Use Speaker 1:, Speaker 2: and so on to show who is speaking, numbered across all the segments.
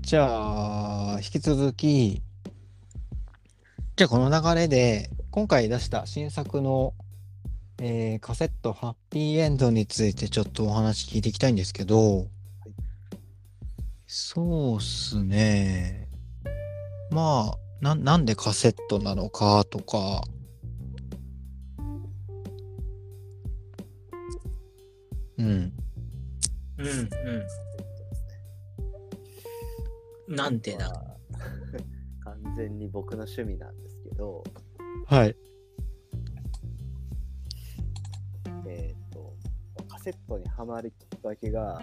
Speaker 1: じゃあ、引き続き、じゃあこの流れで、今回出した新作の、えーカセットハッピーエンドについてちょっとお話聞いていきたいんですけど、そうっすね。まあ、ななんでカセットなのかとか、うん。
Speaker 2: うんうん。なんでだ。
Speaker 3: まあ完全に僕の趣味なんですけど、
Speaker 1: はい。
Speaker 3: えっ、と、カセットにはまるきっかけが、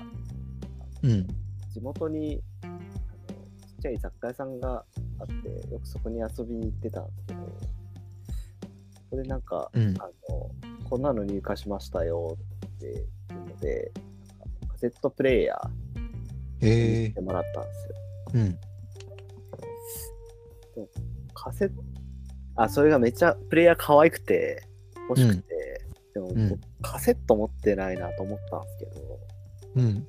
Speaker 1: うん。
Speaker 3: 地元にあのちっちゃい雑貨屋さんがあって、よくそこに遊びに行ってたんですけど、そこでなんか、
Speaker 1: うん。
Speaker 3: あのこんなの入荷しましたよっていうので、なんかカセットプレイヤーに
Speaker 1: え
Speaker 3: してもらったんですよ。
Speaker 1: ー。うん。
Speaker 3: カセットあそれがめっちゃプレイヤー可愛くて欲しくて、
Speaker 1: ん
Speaker 3: でも、
Speaker 1: うん
Speaker 3: カセット持ってないなと思ったんですけど
Speaker 1: うん。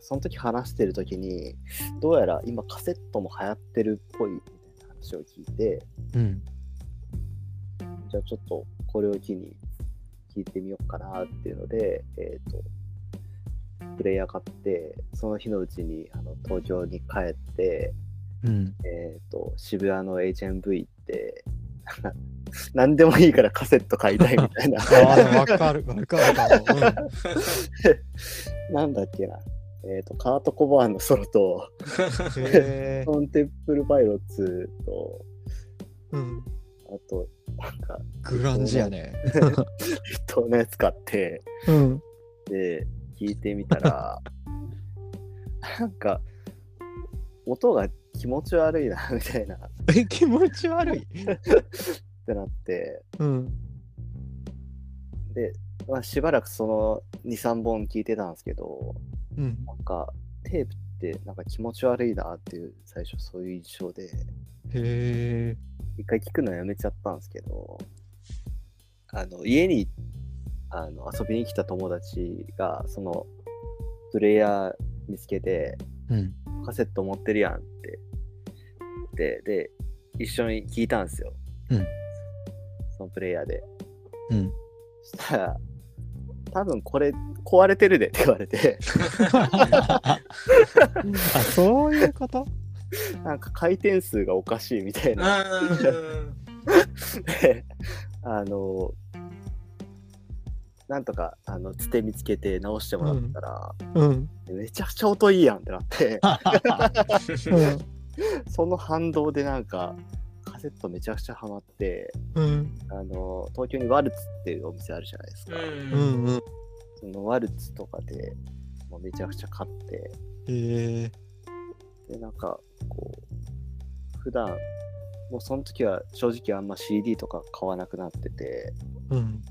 Speaker 3: その時話してる時にどうやら今カセットも流行ってるっぽいみたいな話を聞いて
Speaker 1: うん。
Speaker 3: じゃあちょっとこれを機に聞いてみようかなっていうのでえっ、とプレイヤー買ってその日のうちにあの東京に帰って
Speaker 1: うん。
Speaker 3: えっ、と、渋谷の HMV って、 何でもいいからカセット買いたいみたいな。
Speaker 1: ああ、でもわかる、わかるかも。
Speaker 3: なんだっけな。えっ、と、カート・コバーンのソロと、
Speaker 1: うん、へー
Speaker 3: トンテンプル・パイロッツと、
Speaker 1: うん。
Speaker 3: あと、なんか、
Speaker 1: グランジやね。
Speaker 3: 不当なやつ買って、
Speaker 1: うん。
Speaker 3: で、聞いてみたら、 なんか、音が気持ち悪いな、 みたいな、っ
Speaker 1: え、気持ち悪い。
Speaker 3: てなって、
Speaker 1: うん。
Speaker 3: で、まあ、しばらくその2、3本聞いてたんですけど、
Speaker 1: うん。
Speaker 3: なんかテープってなんか気持ち悪いなっていう最初そういう印象で
Speaker 1: へえ。
Speaker 3: 一回聞くのやめちゃったんですけどあの家にあの遊びに来た友達がそのプレイヤー見つけて
Speaker 1: うん。
Speaker 3: カセット持ってるやんってでで一緒に聞いたんですよ、
Speaker 1: うん
Speaker 3: そのプレイヤーで
Speaker 1: うん。
Speaker 3: そしたら多分これ壊れてるでって言われて
Speaker 1: あ、そういうこと
Speaker 3: なんか回転数がおかしいみたいな
Speaker 2: うん。
Speaker 3: で あのなんとかあのつて見つけて直してもらったら、
Speaker 1: うん。
Speaker 3: めちゃくちゃ音いいやんってなって
Speaker 1: うん。
Speaker 3: その反動でなんかカセットめちゃくちゃハマって
Speaker 1: うん。
Speaker 3: あの東京にワルツっていうお店あるじゃないですか、
Speaker 1: う
Speaker 2: う
Speaker 1: ん。
Speaker 2: ん。
Speaker 1: うん。
Speaker 3: そのワルツとかでもうめちゃくちゃ買って
Speaker 1: へえ。
Speaker 3: でなんかこう普段もうその時は正直あんま CD とか買わなくなってて
Speaker 1: うん。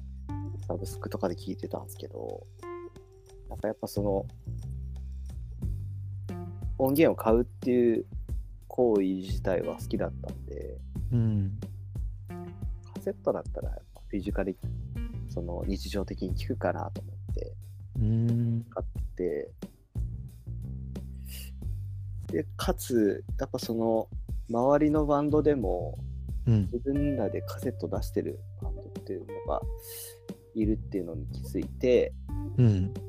Speaker 3: サブスクとかで聞いてたんですけど、なんかやっぱその、音源を買うっていう行為自体は好きだったんで、
Speaker 1: うん。
Speaker 3: カセットだったらやっぱフィジカル、その日常的に聞くかなと思って
Speaker 1: うん。
Speaker 3: 買って、で、かつ、やっぱその、周りのバンドでも、
Speaker 1: うん。
Speaker 3: 自分らでカセット出してるバンドっていうのがいるっていうのに気づいて、
Speaker 1: うん。
Speaker 3: で、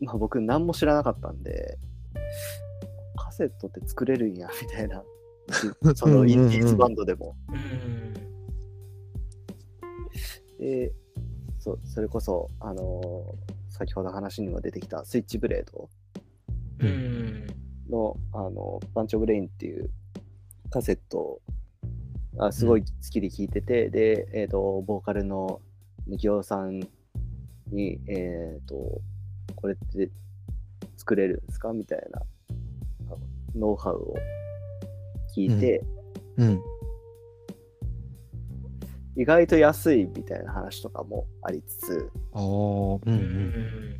Speaker 3: まあ、僕何も知らなかったんでカセットって作れるんやみたいなそのインディーズバンドでも。
Speaker 2: うん。
Speaker 3: でそうそれこそ、あのー先ほど話にも出てきたスイッチブレード
Speaker 2: うん。
Speaker 3: の、あのバンチョブレインっていうカセットをあすごい好きで聴いてて、で、えー、とボーカルのむきおさんに、えー、とこれって作れるんですかみたいなあのノウハウを聞いて、
Speaker 1: うん。
Speaker 3: 意外と安いみたいな話とかもありつつ
Speaker 1: ああ。う。
Speaker 2: うんん。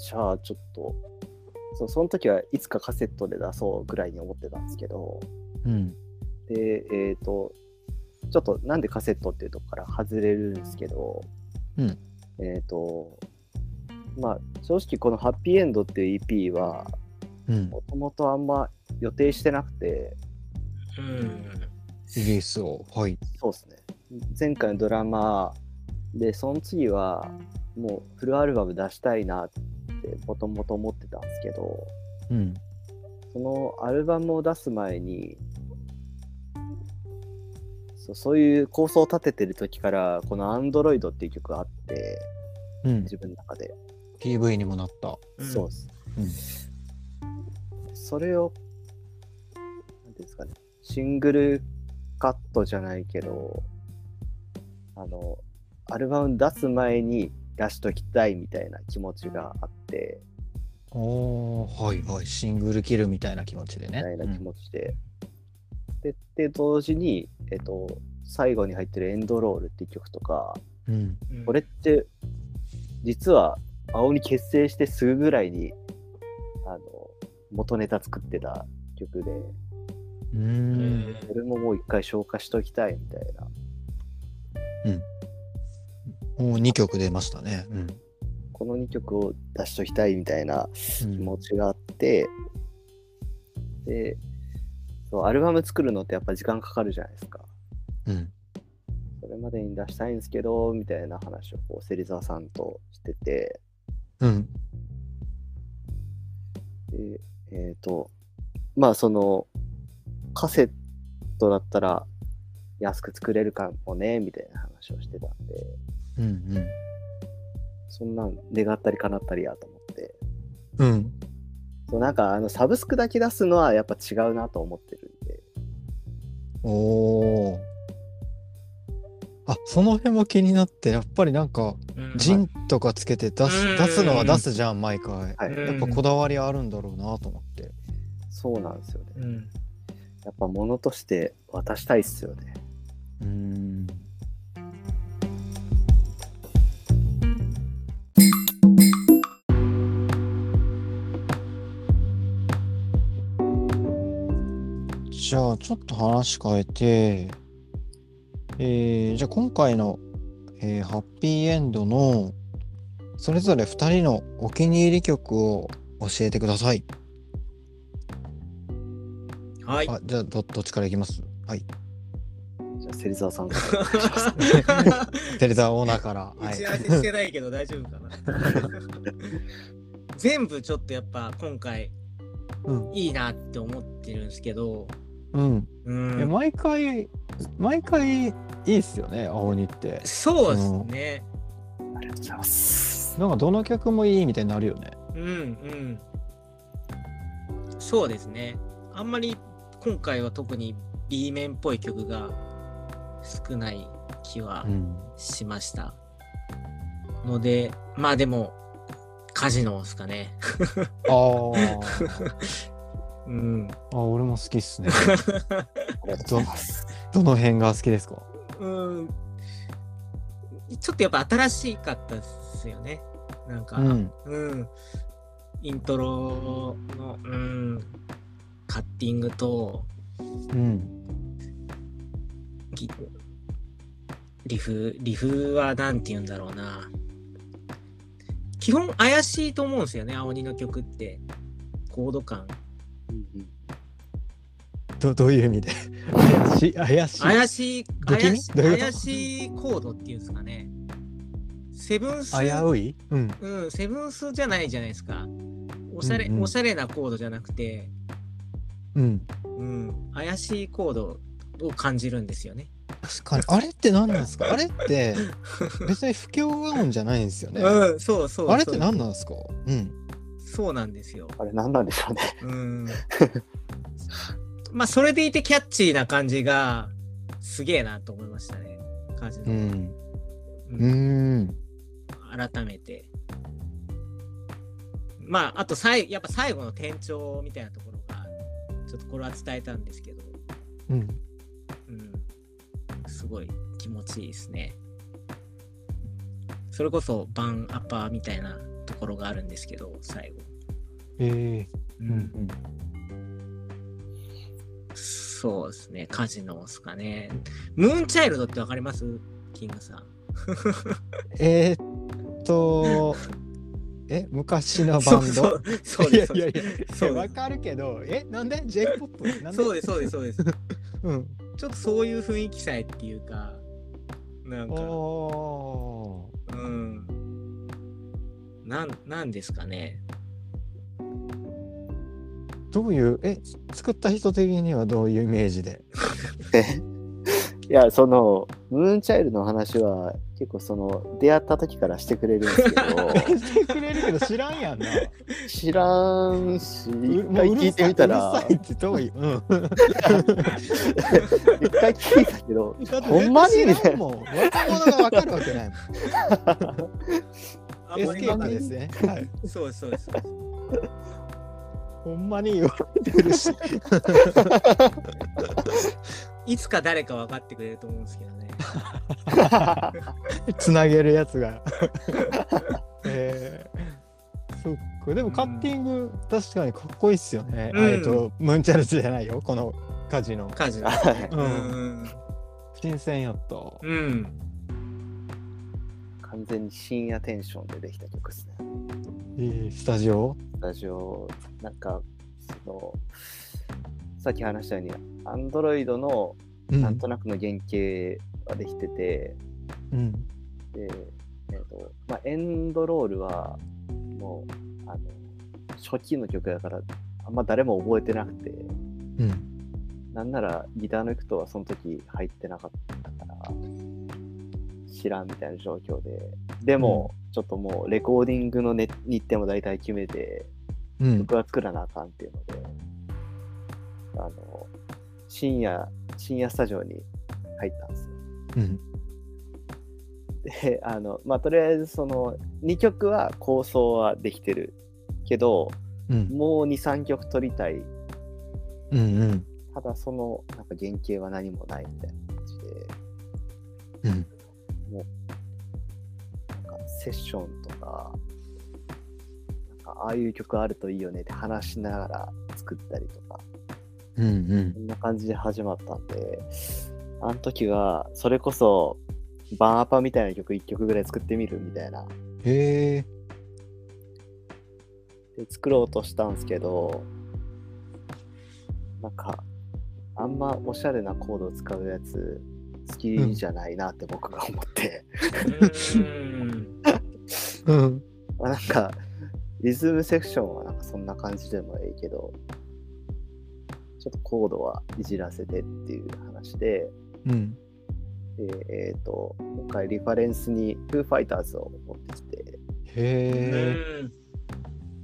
Speaker 3: じゃあちょっとそうその時はいつかカセットで出そうぐらいに思ってたんですけど、
Speaker 1: うん。
Speaker 3: で、えっ、と、ちょっとなんでカセットっていうとこから外れるんですけど、
Speaker 1: うん
Speaker 3: えっ、と、まあ、正直この「ハッピーエンド」っていう EP は
Speaker 1: うん、
Speaker 3: もともとあんま予定してなくて
Speaker 2: うん。
Speaker 1: リリースを。はい。
Speaker 3: そうですね前回のドラマでその次はもうフルアルバム出したいなってもともと思ってたんですけど
Speaker 1: うん。
Speaker 3: そのアルバムを出す前にそうそういう構想を立ててる時からこの「アンドロイド」っていう曲があって
Speaker 1: うん。
Speaker 3: 自分の中で
Speaker 1: PV にもなった。
Speaker 3: そうです。それを、なんていうんですかね、シングルカットじゃないけど、あの、アルバム出す前に出しときたいみたいな気持ちがあって、
Speaker 1: おー、はいはい。シングル切るみたいな気持ちでね。
Speaker 3: みたいな気持ちで。で、で同時に、えっと、最後に入ってるエンドロールっていう曲とか、
Speaker 1: うん。うん
Speaker 2: うん。
Speaker 3: これって実は青に結成してすぐぐらいにあの元ネタ作ってた曲
Speaker 1: う
Speaker 3: で
Speaker 1: ー。
Speaker 2: うんん。
Speaker 3: それももう一回消化しときたいみたいな
Speaker 1: もう2曲出ましたね。うん。
Speaker 3: この2曲を出しときたいみたいな
Speaker 1: うん
Speaker 3: 気持ちがあって、でそうアルバム作るのってやっぱ時間かかるじゃないですか
Speaker 1: うん。
Speaker 3: それまでに出したいんですけどみたいな話をこう芹沢さんとしてて
Speaker 1: うん。
Speaker 3: でえっ、と、まあその、カセットだったら安く作れるかもね、みたいな話をしてたんで、
Speaker 1: うん。
Speaker 3: そんなん願ったり叶ったりやと思って、
Speaker 1: うん。うん。
Speaker 3: そうなんかあのサブスクだけ出すのはやっぱ違うなと思ってるんで、
Speaker 1: おー。あ、その辺も気になって、やっぱりなんか、
Speaker 2: うん
Speaker 1: ジンとかつけて出
Speaker 2: うん
Speaker 1: す、出すのは出すじゃん、毎回。
Speaker 3: はい、
Speaker 2: うん
Speaker 1: やっぱこだわりあるんだろうなと思って。
Speaker 3: そうなんですよね。
Speaker 2: うん。
Speaker 3: やっぱ物として渡したいっすよね。
Speaker 1: うーん。じゃあちょっと話変えて、えーじゃあ今回の、えーハッピーエンドのそれぞれ2人のお気に入り曲を教えてください。
Speaker 2: はい。
Speaker 1: あじゃあどどっちからいきますはい。
Speaker 3: じゃあ、芹沢さんから。
Speaker 1: テレザーオーナーから。は
Speaker 2: 打
Speaker 1: い
Speaker 2: ち合わせしてないけど大丈夫かな全部ちょっとやっぱ今回
Speaker 1: うん
Speaker 2: いいなって思ってるんですけど、
Speaker 1: うん
Speaker 2: う
Speaker 1: え
Speaker 2: ん、
Speaker 1: 毎回毎回いいっすよね青鬼って
Speaker 2: そうですね
Speaker 3: ありがとうございます。
Speaker 1: なんかどの曲もいいみたいになるよね
Speaker 2: うんうんそうですねあんまり今回は特に B 面っぽい曲が少ない気は
Speaker 1: ん
Speaker 2: しました、のでまあでもカジノですかね
Speaker 1: あー
Speaker 2: うん
Speaker 1: あ俺も好きっす ね
Speaker 3: ありがとうございます。
Speaker 1: どの辺が好きですか
Speaker 2: うんちょっとやっぱ新しかったですよね。なんか、
Speaker 1: う
Speaker 2: うん、
Speaker 1: ん
Speaker 2: イントロの、うん、カッティングと
Speaker 1: うん
Speaker 2: ギリフ、リフはなんて言うんだろうな。基本怪しいと思うんですよね、青鬼の曲って。コード感。
Speaker 1: どどういう意味で怪しい怪しい
Speaker 2: 怪しい、
Speaker 1: 不気味
Speaker 2: 怪しい、
Speaker 1: どういうこと
Speaker 2: 怪しいコードっていうんですかね。セブンス
Speaker 1: 危ういうん
Speaker 2: うん、セブンスじゃないじゃないですか。おしゃれ、
Speaker 1: うんうん
Speaker 2: おしゃれなコードじゃなくて、
Speaker 1: うん
Speaker 2: うん、怪しいコードを感じるんですよね。
Speaker 1: 確かにあれって何なんですかあれって別に不協和音じゃないんですよね
Speaker 2: うん、そうそうそう。
Speaker 1: あれって何なんですかうん
Speaker 2: そうなんですよ。
Speaker 3: あれ、何なんでしょうね。
Speaker 2: うん。 まあ、それでいてキャッチーな感じが、すげえなと思いましたね。感じの。
Speaker 1: うんう
Speaker 2: うん
Speaker 1: ーん
Speaker 2: 改めて。まあ、あとさい、やっぱ最後の転調みたいなところが、ちょっとこれは伝えたんですけど、
Speaker 1: うん
Speaker 2: うん、すごい気持ちいいですね。それこそバンアッパーみたいなところがあるんですけど、最後。
Speaker 1: え
Speaker 2: う
Speaker 1: え
Speaker 2: ん
Speaker 1: うんうん
Speaker 2: そうですね、カジノですかね。ムーンチャイルドってわかりますキングさん。
Speaker 1: えーっと、え昔のバ
Speaker 2: そう
Speaker 1: ン
Speaker 2: そ
Speaker 1: ド
Speaker 2: うそう
Speaker 1: い
Speaker 2: で
Speaker 1: や
Speaker 2: す。
Speaker 1: いやいや
Speaker 2: そうです
Speaker 1: えわかるけどえなんで J-POP なんで
Speaker 2: そうですそうですそうです。
Speaker 1: うん
Speaker 2: ちょっとそういう雰囲気さえっていうか、なんか、
Speaker 1: お
Speaker 2: うん。なん、なんですかね。
Speaker 1: ーどういうえ作った人的にはどういうイメージ で
Speaker 3: いや、その、ムーンチャイルの話は、結構その、出会った時からしてくれるんですけど、
Speaker 1: してくれるけど知らんやんな
Speaker 3: 知らんし、
Speaker 1: うも
Speaker 3: 一回
Speaker 1: ううるさ
Speaker 3: 聞いてみた
Speaker 1: うる
Speaker 3: ら
Speaker 1: さい、って遠い、うん、
Speaker 3: 一回聞いたけど、
Speaker 1: だって
Speaker 3: ほんまにね
Speaker 1: 絶対知らんもん若者がわかるわけないもん
Speaker 2: あ
Speaker 1: SK がです。ねはい
Speaker 2: 俺がそうですそうです。
Speaker 1: ほんまに言われてるし
Speaker 2: いつか誰か分かってくれると思うんですけど ね。
Speaker 1: つなげるやつが。えー、そっかでもカッティング、確かにかっこいいっすよね。
Speaker 2: うん
Speaker 1: えっとムンチャルチじゃないよこのカジノ。
Speaker 2: 感じ。
Speaker 3: はい
Speaker 1: うん、
Speaker 2: ん。
Speaker 1: 新鮮やった。
Speaker 2: うん。
Speaker 3: 完全に深夜テンションでできた曲ですね。
Speaker 1: いいスタジオ。
Speaker 3: スタジオ、なんか、その、さっき話したように、アンドロイドの
Speaker 1: うん
Speaker 3: なんとなくの原型はできてて、
Speaker 1: うん
Speaker 3: で、えっ、と、まあ、エンドロールは、もう、あの、初期の曲だから、あんま誰も覚えてなくて、
Speaker 1: うん。
Speaker 3: なんならギターのクトはその時入ってなかったから、知らんみたいな状況で、でも、ちょっともうレコーディングの、ね、日程も大体決めて、
Speaker 1: うん、
Speaker 3: 僕は作らなあかんっていうので、あの、深夜、深夜スタジオに入ったんですよ。
Speaker 1: うん、
Speaker 3: であのまあとりあえずその2曲は構想はできてるけど
Speaker 1: うん、
Speaker 3: もう23曲撮りたい
Speaker 1: うん、うん、
Speaker 3: ただそのなんか原型は何もないみたいな感じで
Speaker 1: うん、
Speaker 3: なんかセッションとかなんかああいう曲あるといいよねって話しながら作ったりとか
Speaker 1: うん、うん
Speaker 3: こ、んな感じで始まったんであの時はそれこそバンアパみたいな曲1曲ぐらい作ってみるみたいな
Speaker 1: へえ、
Speaker 3: で作ろうとしたんですけどなんかあんまおしゃれなコードを使うやつ好きじゃないなって僕が思って、
Speaker 2: うん。
Speaker 1: うん、
Speaker 3: まあなんかリズムセクションはなんかそんな感じでもいいけどちょっとコードはいじらせてっていう話で
Speaker 1: うん、
Speaker 3: でえっ、と今回リファレンスに Foo Fighters を持ってきて
Speaker 1: へえ、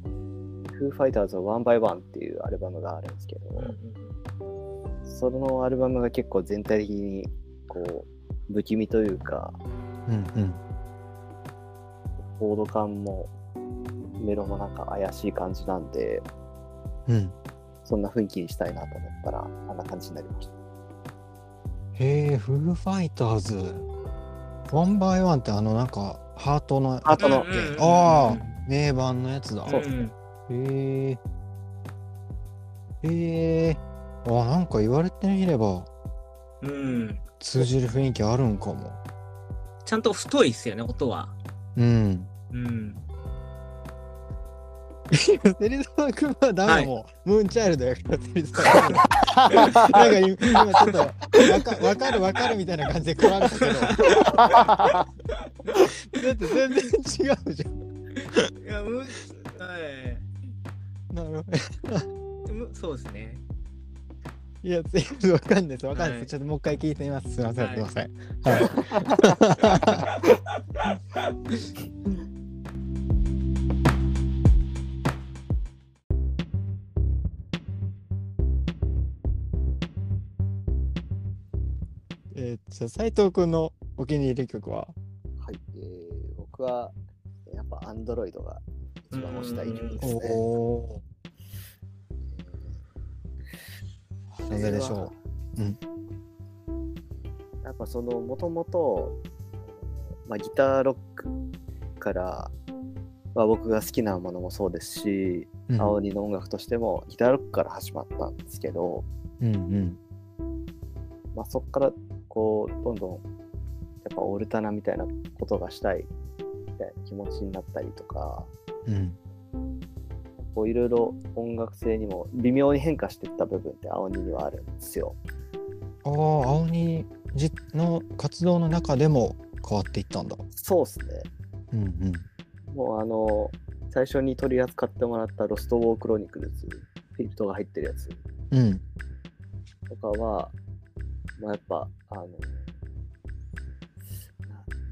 Speaker 2: うん
Speaker 3: Foo Fighters は One by One っていうアルバムがあるんですけど、そのアルバムが結構全体的にこう不気味というか
Speaker 1: うん、うん、
Speaker 3: コード感もメロもなんか怪しい感じなんで
Speaker 1: うん、
Speaker 3: そんな雰囲気にしたいなと思ったらあんな感じになりました
Speaker 1: へえ、フーファイターズ。ワンバイワンってあのなんかハートの
Speaker 3: あとの
Speaker 2: うんうんうん
Speaker 1: ああ名盤のやつだ。
Speaker 2: う
Speaker 1: へ
Speaker 2: ん。
Speaker 1: え。へえ。あなんか言われてみれば
Speaker 2: うん。
Speaker 1: 通じる雰囲気あるんかも。
Speaker 2: ちゃんと太いですよね、音は。
Speaker 1: うん。
Speaker 2: うん。
Speaker 1: 芹沢君はダメだ
Speaker 2: はい
Speaker 1: もうムーンチャイルドやから芹 沢君。なんか今今ちょっとわかわかるわかるみたいな感じで来られた けど。だって全然違うじゃん。
Speaker 2: いや、む、はい。
Speaker 1: なるほど。
Speaker 2: むそうですね。
Speaker 1: いや、全部わかんないです。わかんない
Speaker 2: は
Speaker 1: で
Speaker 2: い
Speaker 1: す。ちょっともう一回聞いてみます。すみません、
Speaker 2: は
Speaker 1: す
Speaker 2: い
Speaker 1: みません。はい。 えー、じゃあ斉藤君のお気に入り曲は
Speaker 3: はい、えー、僕はやっぱアンドロイドが一番推したい曲ですね
Speaker 1: おーなぜでしょううん
Speaker 3: やっぱそのもともとまあギターロックから、まあ、僕が好きなものもそうですし、
Speaker 1: うん
Speaker 3: 青鬼の音楽としてもギターロックから始まったんですけど、
Speaker 1: うんうん
Speaker 3: まあ、そこからこうどんどんやっぱオルタナみたいなことがしたいみたいな気持ちになったりとか
Speaker 1: うん。
Speaker 3: こういろいろ音楽性にも微妙に変化していった部分って青鬼にはあるんですよ。
Speaker 1: ああ、青鬼じの活動の中でも変わっていったんだ。
Speaker 3: そうですね。
Speaker 1: うんうん。
Speaker 3: もうあの、最初に取り扱ってもらったロストウォークロニクルズ、フィルトが入ってるやつ
Speaker 1: うん。
Speaker 3: とかは、まあ、やっぱ、あの、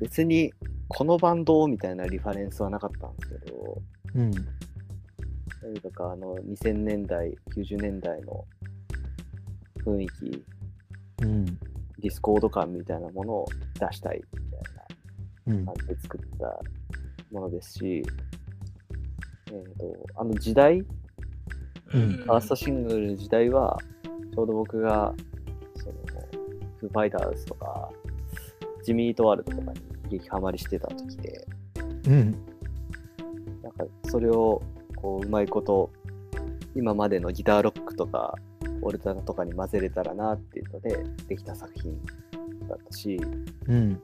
Speaker 3: 別にこのバンドをみたいなリファレンスはなかったんですけど、
Speaker 1: うん。
Speaker 3: とにかくあの2000年代、90年代の雰囲気、
Speaker 1: うん。
Speaker 3: ディスコード感みたいなものを出したいみた
Speaker 1: う
Speaker 3: い
Speaker 1: ん
Speaker 3: な。感じで作ったものですし、えー、とあの時代、
Speaker 1: うん
Speaker 3: ファーストシングルの時代は、ちょうど僕が、その、フーファイターズとか、ジミー・トワルドとかに激ハマりしてた時で、
Speaker 1: うん。
Speaker 3: なんかそれをこううまいこと今までのギターロックとかオルタナとかに混ぜれたらなっていうのでできた作品だったし
Speaker 1: うん。
Speaker 3: で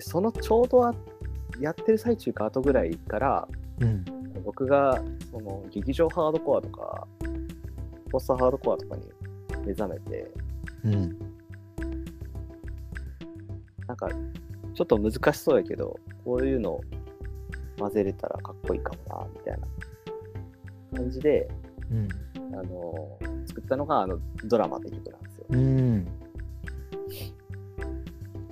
Speaker 3: そのちょうどあやってる最中か後ぐらいから
Speaker 1: うん。
Speaker 3: 僕がその劇場ハードコアとかポストハードコアとかに目覚めて
Speaker 1: うん。
Speaker 3: なんかちょっと難しそうやけどこういうの混ぜれたらかっこいいかもなみたいな感じで
Speaker 1: うん。
Speaker 3: あの作ったのがあのドラマって曲なんですよ。
Speaker 1: うん。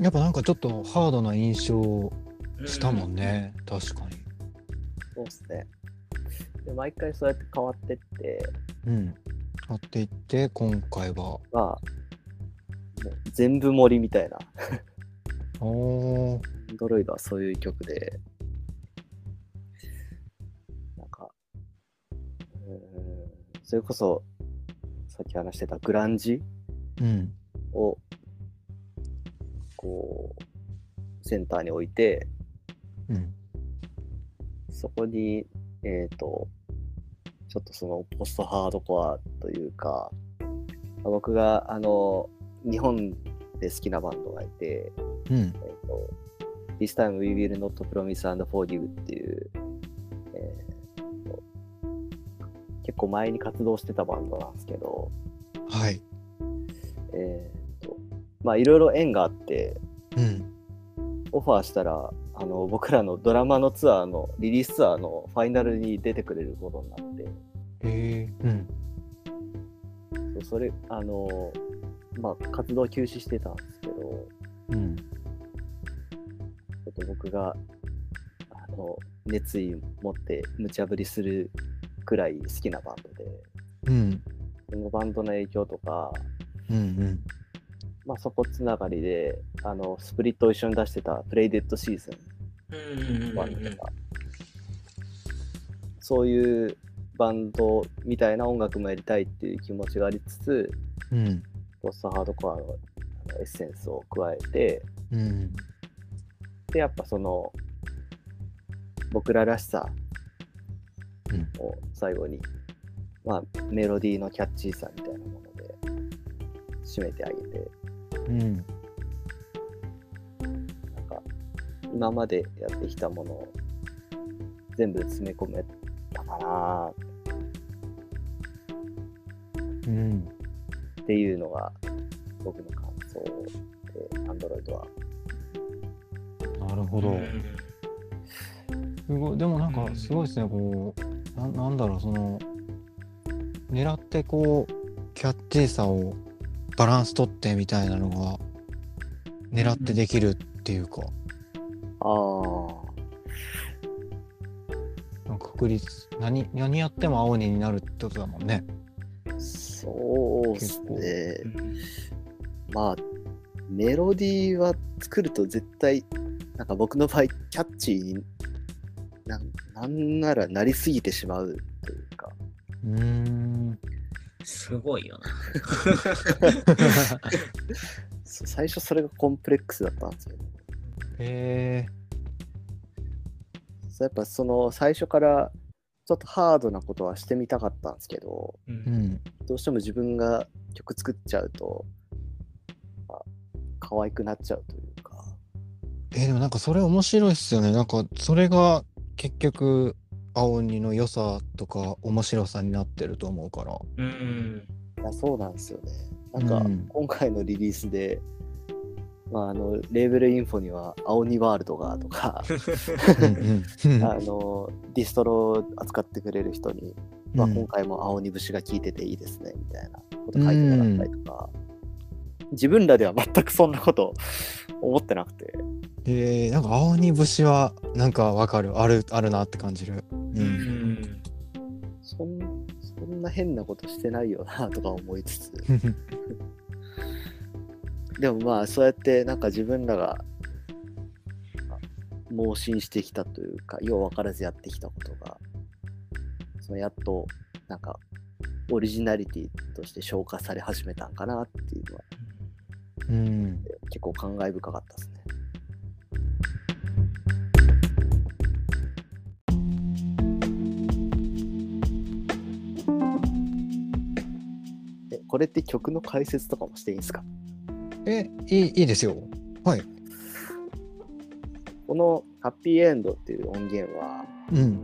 Speaker 1: やっぱなんかちょっとハードな印象したもんね。確かに。
Speaker 3: そうですね。で毎回そうやって変わってって、
Speaker 1: うん。やっていって、今回は。
Speaker 3: まあ、もう全部森みたいな、
Speaker 1: おー。
Speaker 3: アンドロイドはそういう曲で、なんか、うーん、それこそ、さっき話してたグランジ
Speaker 1: うん。
Speaker 3: を、こう、センターに置いて、
Speaker 1: うん。
Speaker 3: そこに、えっ、と、ちょっとそのポストハードコアというか、まあ僕があの日本で好きなバンドがいて、
Speaker 1: うん
Speaker 3: え。ー、と This time we will not promise and forgive っていう、えーと結構前に活動してたバンドなんですけど、
Speaker 1: はい。
Speaker 3: えー、とまあいろいろ縁があって、
Speaker 1: うん。
Speaker 3: オファーしたらあの僕らのドラマのツアーのリリースツアーのファイナルに出てくれることになって、
Speaker 1: へえ。うん。
Speaker 3: そうそれあのまあ活動休止してたんですけどちょ
Speaker 1: うん。
Speaker 3: っと僕があの熱意持って無茶ぶりするくらい好きなバンド
Speaker 1: う
Speaker 3: で
Speaker 1: ん。
Speaker 3: そのバンドの影響とか、
Speaker 1: うん。うん。
Speaker 3: まあ、そこつながりであのスプリットを一緒に出してた「プレイデッドシーズン」
Speaker 2: うんうんうん
Speaker 3: バ
Speaker 2: う
Speaker 3: ン
Speaker 2: ん
Speaker 3: ドとか、そういうバンドみたいな音楽もやりたいっていう気持ちがありつつ
Speaker 1: うん。
Speaker 3: ポストハードコアのあのエッセンスを加えて
Speaker 1: うん。
Speaker 3: でやっぱその僕ららしさ
Speaker 1: うん
Speaker 3: を最後に、まあ、メロディーのキャッチーさみたいなもので締めてあげて
Speaker 1: うん。
Speaker 3: なんか今までやってきたものを全部詰め込めたかな
Speaker 1: うん。
Speaker 3: っていうのが僕の感想でアンドロイドは
Speaker 1: なるほど。すごいでもなんかすごいですねこうななんだろうその狙ってこうキャッチーさをバランス取ってみたいなのが狙ってできるっていうか
Speaker 3: あ
Speaker 1: なんか確率何何やっても青鬼になるってことだもんね。
Speaker 3: あそうっすね
Speaker 2: うん
Speaker 3: まあメロディーは作ると絶対なんか僕の場合キャッチーになんなんならなりすぎてしまうというか
Speaker 1: うーん
Speaker 2: すごいよな。
Speaker 3: そう最初それがコンプレックスだったんですよ
Speaker 1: へえ
Speaker 3: そうやっぱその最初からちょっとハードなことはしてみたかったんですけど
Speaker 2: う
Speaker 1: うんん
Speaker 3: どうしても自分が曲作っちゃうと、まあ、可愛くなっちゃうというか
Speaker 1: えーでもなんかそれ面白いっすよねなんかそれが結局青鬼の良さとか面白さになってると思うから。
Speaker 2: うん。
Speaker 3: いやそうなんですよね。なん
Speaker 1: う
Speaker 3: か
Speaker 1: ん
Speaker 3: 今回のリリースで、まあ、あのレーベルインフォには「青鬼ワールドが」とか
Speaker 1: うんうん
Speaker 3: あのディストロを扱ってくれる人に、まあ、今回も「青鬼節が効いてていいですね」みたいなこと書いてもらったりとか、自分らでは全くそんなこと思ってなくて
Speaker 1: えー、なんか青鬼節はなんかわかるあるあるなって感じる。う
Speaker 2: うんん。
Speaker 3: そんそんな変なことしてないよなとか思いつつ。でもまあそうやってなんか自分らが盲信してきたというかよう分からずやってきたことがそのやっとなんかオリジナリティとして消化され始めたんかなっていうのは
Speaker 1: うん
Speaker 3: 結構感慨深かったですね。えこれって曲の解説とかもしていいんですか
Speaker 1: えいいいいですよ。はい。
Speaker 3: この「ハッピーエンド」っていう音源は、
Speaker 1: うん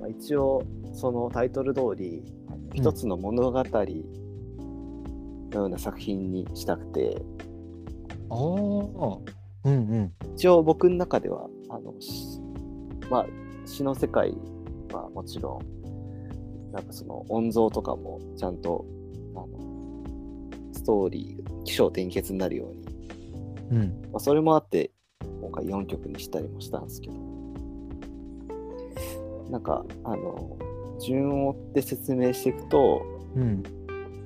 Speaker 3: まあ、一応そのタイトル通りあの一つの物語のような作品にしたくて、
Speaker 1: ああうんうん
Speaker 3: 一応僕の中ではあのしまあ詩の世界はもちろんなんかその音像とかもちゃんとあのストーリー起承転結になるように、
Speaker 1: うん
Speaker 3: まあ、それもあって今回4曲にしたりもしたんですけどなんかあの順を追って説明していくと,、
Speaker 1: うん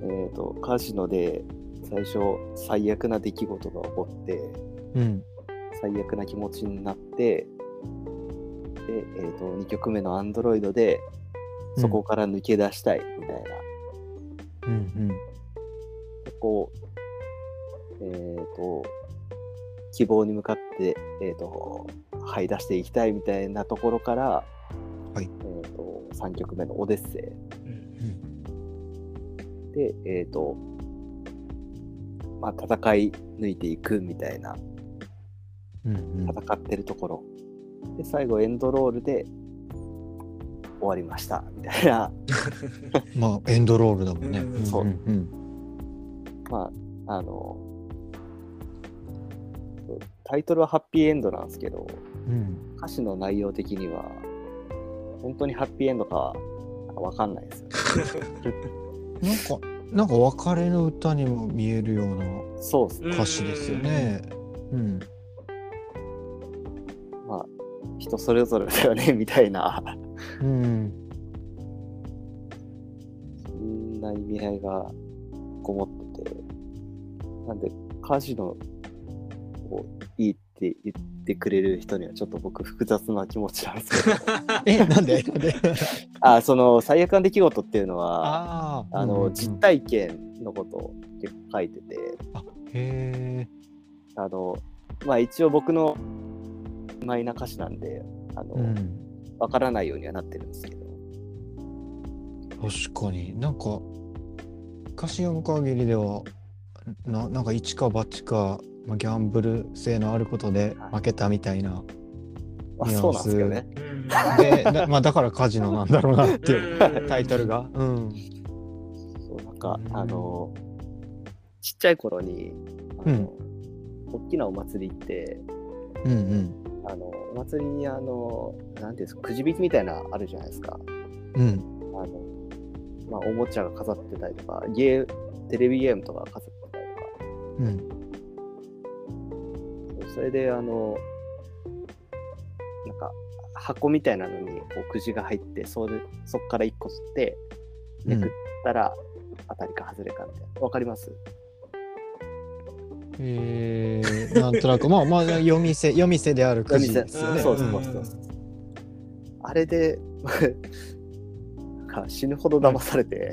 Speaker 3: えー、とカジノで最初最悪な出来事が起こって
Speaker 1: うん
Speaker 3: 最悪な気持ちになってで、えー、と2曲目の「アンドロイド」でそこから抜け出したいみたいな、
Speaker 1: うん
Speaker 3: こうえっ、と希望に向かって、えー、と這い出していきたいみたいなところから、
Speaker 1: はい
Speaker 3: えー、と3曲目の「オデッセイ」
Speaker 2: うん
Speaker 3: で、えーとまあ、戦い抜いていくみたいな
Speaker 1: うんうんうん
Speaker 3: 戦ってるところで最後エンドロールで終わりましたみたいな、
Speaker 1: まあエンドロールだもんね。
Speaker 2: うん
Speaker 3: そうん
Speaker 1: ん
Speaker 3: まあ、あのタイトルは「ハッピーエンド」なんですけど
Speaker 1: うん
Speaker 3: 歌詞の内容的には本当にハッピーエンドか分かんないですよね
Speaker 1: うんなんかなんか別れの歌にも見えるような
Speaker 3: そうですね、
Speaker 1: 歌詞ですよね。うん
Speaker 3: まあ人それぞれだよね みたいな
Speaker 1: うん
Speaker 3: そんな意味合いがこもっててなんでカジノをいいって言ってくれる人にはちょっと僕複雑な気持ちなんですけど
Speaker 1: えなんでなんで
Speaker 3: あその最悪な出来事っていうのはあ
Speaker 1: あー
Speaker 3: の、
Speaker 1: うんうん
Speaker 3: 実体験のことを結構書いてて
Speaker 1: へえ
Speaker 3: あのまあ一応僕のマイな歌詞なんであの、
Speaker 1: うん
Speaker 3: わからないようにはなってるんですけど
Speaker 1: 確かになんか歌詞読む限りではななんか一か八か、まあ、ギャンブル性のあることで
Speaker 3: はい
Speaker 1: 負けたみたいな、
Speaker 3: まあ
Speaker 1: ニュアンス
Speaker 3: そうなんですけどね
Speaker 2: うん。
Speaker 1: でだ,、まあ、だからカジノなんだろうなっていう
Speaker 2: うん
Speaker 1: タイトル。がうん
Speaker 3: そうなんか、
Speaker 1: うん
Speaker 3: あのちっちゃい頃にあの、大きなお祭り行って
Speaker 1: うん
Speaker 3: あのお祭りにあのなんていうんですかくじ引きみたいなのあるじゃないですか
Speaker 1: うんうん
Speaker 3: あの、まあ、おもちゃが飾ってたりとかゲーテレビゲームとか飾ってたり
Speaker 1: うん
Speaker 3: とかそうそれであのなんか箱みたいなのにこうくじが入ってそれそっから1個取ってめくったら、当たりか外れかみたいなわかります
Speaker 1: えー、なんとなくまあまあ夜店夜店であるくじですよね。
Speaker 3: そうそううんそうそうあれで なんか死ぬほど騙されて、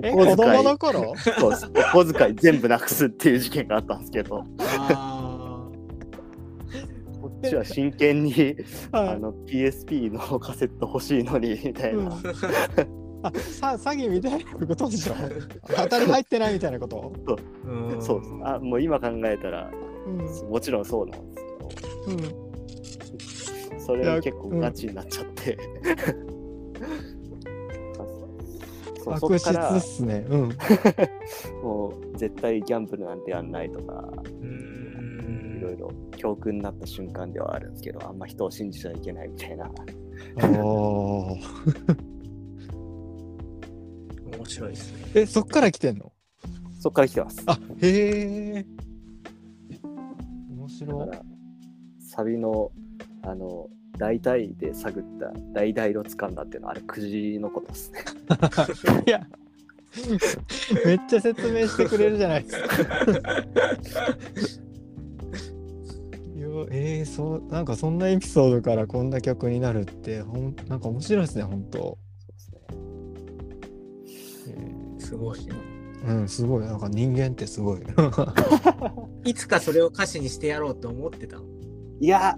Speaker 1: え
Speaker 3: お
Speaker 1: 子
Speaker 3: 小遣
Speaker 1: 供
Speaker 3: い
Speaker 1: の頃
Speaker 3: そうですお小遣い全部なくすっていう事件があったんですけど
Speaker 2: あ
Speaker 3: こっちは真剣にあ
Speaker 1: あ
Speaker 3: の PSP のカセット欲しいのにみたいな、
Speaker 1: うんさ詐欺みたいなことでしょ当たり入ってないみたいなこと、
Speaker 2: ー
Speaker 3: そうですあもう今考えたら
Speaker 1: うん
Speaker 3: もちろんそうなんですけど
Speaker 1: うん、
Speaker 3: そ
Speaker 1: いや
Speaker 3: れ結構
Speaker 1: うん
Speaker 3: ガチになっちゃって、あそうそ
Speaker 1: 悪
Speaker 3: っか
Speaker 1: 質
Speaker 3: ら
Speaker 1: っすね。うん。
Speaker 3: もう絶対ギャンブルなんてやんないとか
Speaker 2: う
Speaker 3: いろ
Speaker 2: ん
Speaker 3: いろ教訓になった瞬間ではあるんですけどあんま人を信じちゃいけないみたいな
Speaker 1: おー
Speaker 2: 面白いですね。
Speaker 1: え、そっから来てんの
Speaker 3: そっから来てます
Speaker 1: あ、へえ。面白
Speaker 3: だからサビのあの大体で探った大々のつかんだっていうのはあれくじのことですね
Speaker 1: い。いや、めっちゃ説明してくれるじゃないですか。い やえー、そうなんかそんなエピソードからこんな曲になるってほんなんか面白いですね本当、
Speaker 3: そうですね
Speaker 1: えー
Speaker 2: すごい。
Speaker 1: うんすごいなんか人間ってすごい
Speaker 2: いつかそれを歌詞にしてやろうと思ってたの。
Speaker 3: いや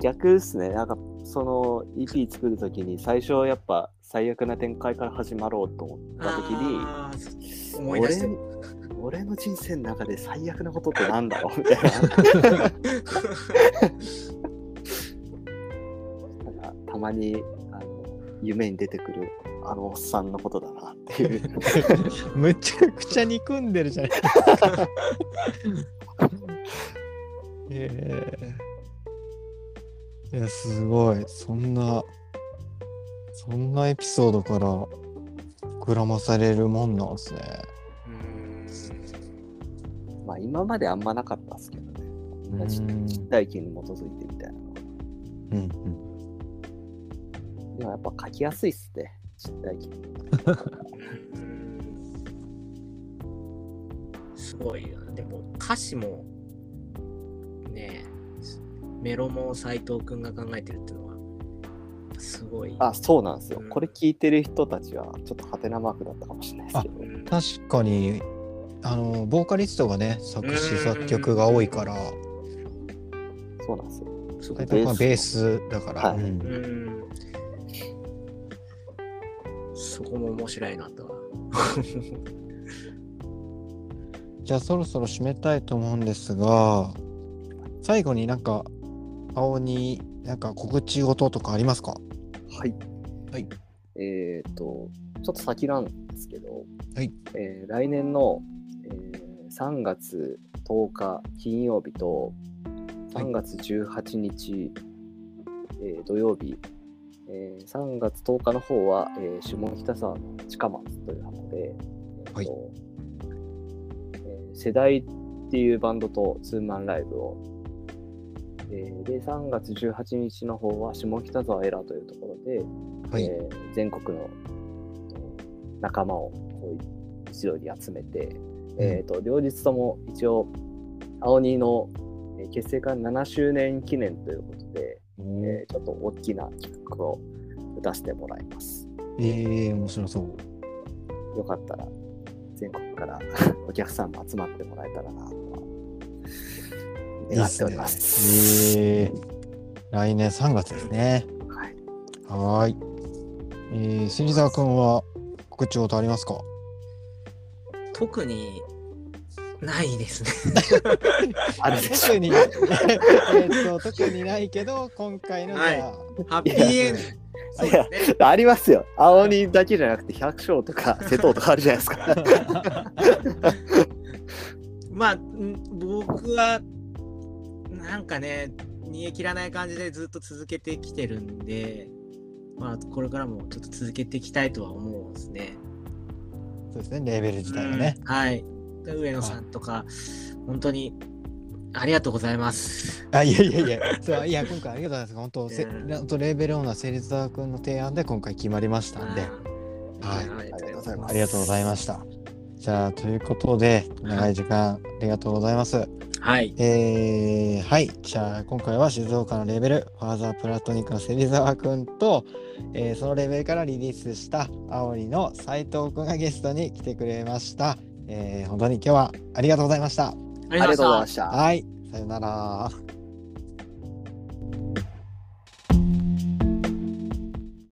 Speaker 3: 逆ですねなんかその EP 作るときに最初やっぱ最悪な展開から始まろうと思ったときに
Speaker 2: あー思い出して
Speaker 3: 俺
Speaker 2: る。
Speaker 3: 俺の人生の中で最悪なことってなんだ ろうみたいななんかたまにあの夢に出てくるあのおっさんのことだなっていう
Speaker 1: むちゃくちゃ憎んでるじゃ ないですかえー、いやすごいそんなそんなエピソードから膨らまされるもんなんですね
Speaker 2: うん
Speaker 3: まあ今まであんまなかったですけどね
Speaker 1: う
Speaker 3: 同じ
Speaker 1: ん
Speaker 3: 実体験に基づいてみたいなの
Speaker 1: うんうん
Speaker 3: でもやっぱ書きやすいっすね実体験
Speaker 2: すごいな。でも歌詞もねメロも斎藤君が考えてるっていうのはすごい。
Speaker 3: あそうなんですよ
Speaker 2: うん
Speaker 3: これ聞いてる人たちはちょっとハテナマークだったかもしれないですけど
Speaker 2: うん
Speaker 1: 確かにあのボーカリストがね作詞作曲が多いから
Speaker 3: そうなんですよ
Speaker 2: すご
Speaker 1: ベ
Speaker 2: い
Speaker 1: ースベースだから、
Speaker 3: はい
Speaker 1: うん
Speaker 2: うんそこも面白いなとは。
Speaker 1: じゃあそろそろ締めたいと思うんですが最後になんか青になんか告知事とかありますか
Speaker 3: はい
Speaker 1: はい
Speaker 3: えっ、と、ちょっと先なんですけど、
Speaker 1: はい
Speaker 3: えー来年の、えー3月10日金曜日と
Speaker 1: はい
Speaker 3: 3月18日、えー土曜日、えー3月10日の方は、えー下北沢の近松という箱で、えーと
Speaker 1: はい
Speaker 3: えー世代っていうバンドとツーマンライブを、えーで3月18日の方は下北沢エラーというところで、
Speaker 1: はい、
Speaker 3: えー全国のえーと仲間をこう一度に集めて、えー、と両日とも一応青鬼のえー結成から7周年記念ということで、
Speaker 1: おー
Speaker 3: えーちょっと大きな企画を打たせてもらいます。
Speaker 1: えー、面白そう
Speaker 3: よかったら全国から お客さんも集まってもらえたらなとはい
Speaker 1: い
Speaker 3: 願
Speaker 1: っ
Speaker 3: って
Speaker 1: す
Speaker 3: お
Speaker 1: ね
Speaker 3: ります。
Speaker 1: えー、来年3月ですね
Speaker 3: はい
Speaker 1: はーいえー、芹沢くんは告知事ありますか
Speaker 2: 特にないですね。
Speaker 3: あるでしょ
Speaker 1: 特に えーっと特にないけど今回のじゃあ
Speaker 2: ハッピーエンド。そう
Speaker 3: いや
Speaker 2: ですね。
Speaker 3: ありますよ。青鬼だけじゃなくて百姓と か瀬戸とかあるじゃないですか。
Speaker 2: まあ、ん僕は、なんかね、煮え切らない感じでずっと続けてきてるんで、まあ、これからもちょっと続けていきたいとは思うんですね。
Speaker 1: そうですねレーベル自体はね
Speaker 2: うん、はい。で上野さんとか、本当に、ありがとうございます。
Speaker 1: あいやいやいや、そういや今回ありがとうございます。本当、せ
Speaker 2: うん
Speaker 1: なんとレーベルオーナー芹沢君の提案で今回決まりましたんで、はい
Speaker 2: ありがとうございま
Speaker 1: あ
Speaker 2: す。
Speaker 1: りがとうございました。じゃあということで長い時間ありがとうございます。
Speaker 2: はい。
Speaker 1: えー、はいじゃあ今回は静岡のレーベルファーザープラトニックの芹沢君と、えーそのレーベルからリリースした青りの斉藤君がゲストに来てくれました。えー、本当に今日はありがとうございました。
Speaker 2: あり
Speaker 3: ありがとうござい
Speaker 2: ま
Speaker 3: ま
Speaker 2: し
Speaker 3: した。
Speaker 1: はいさよなら。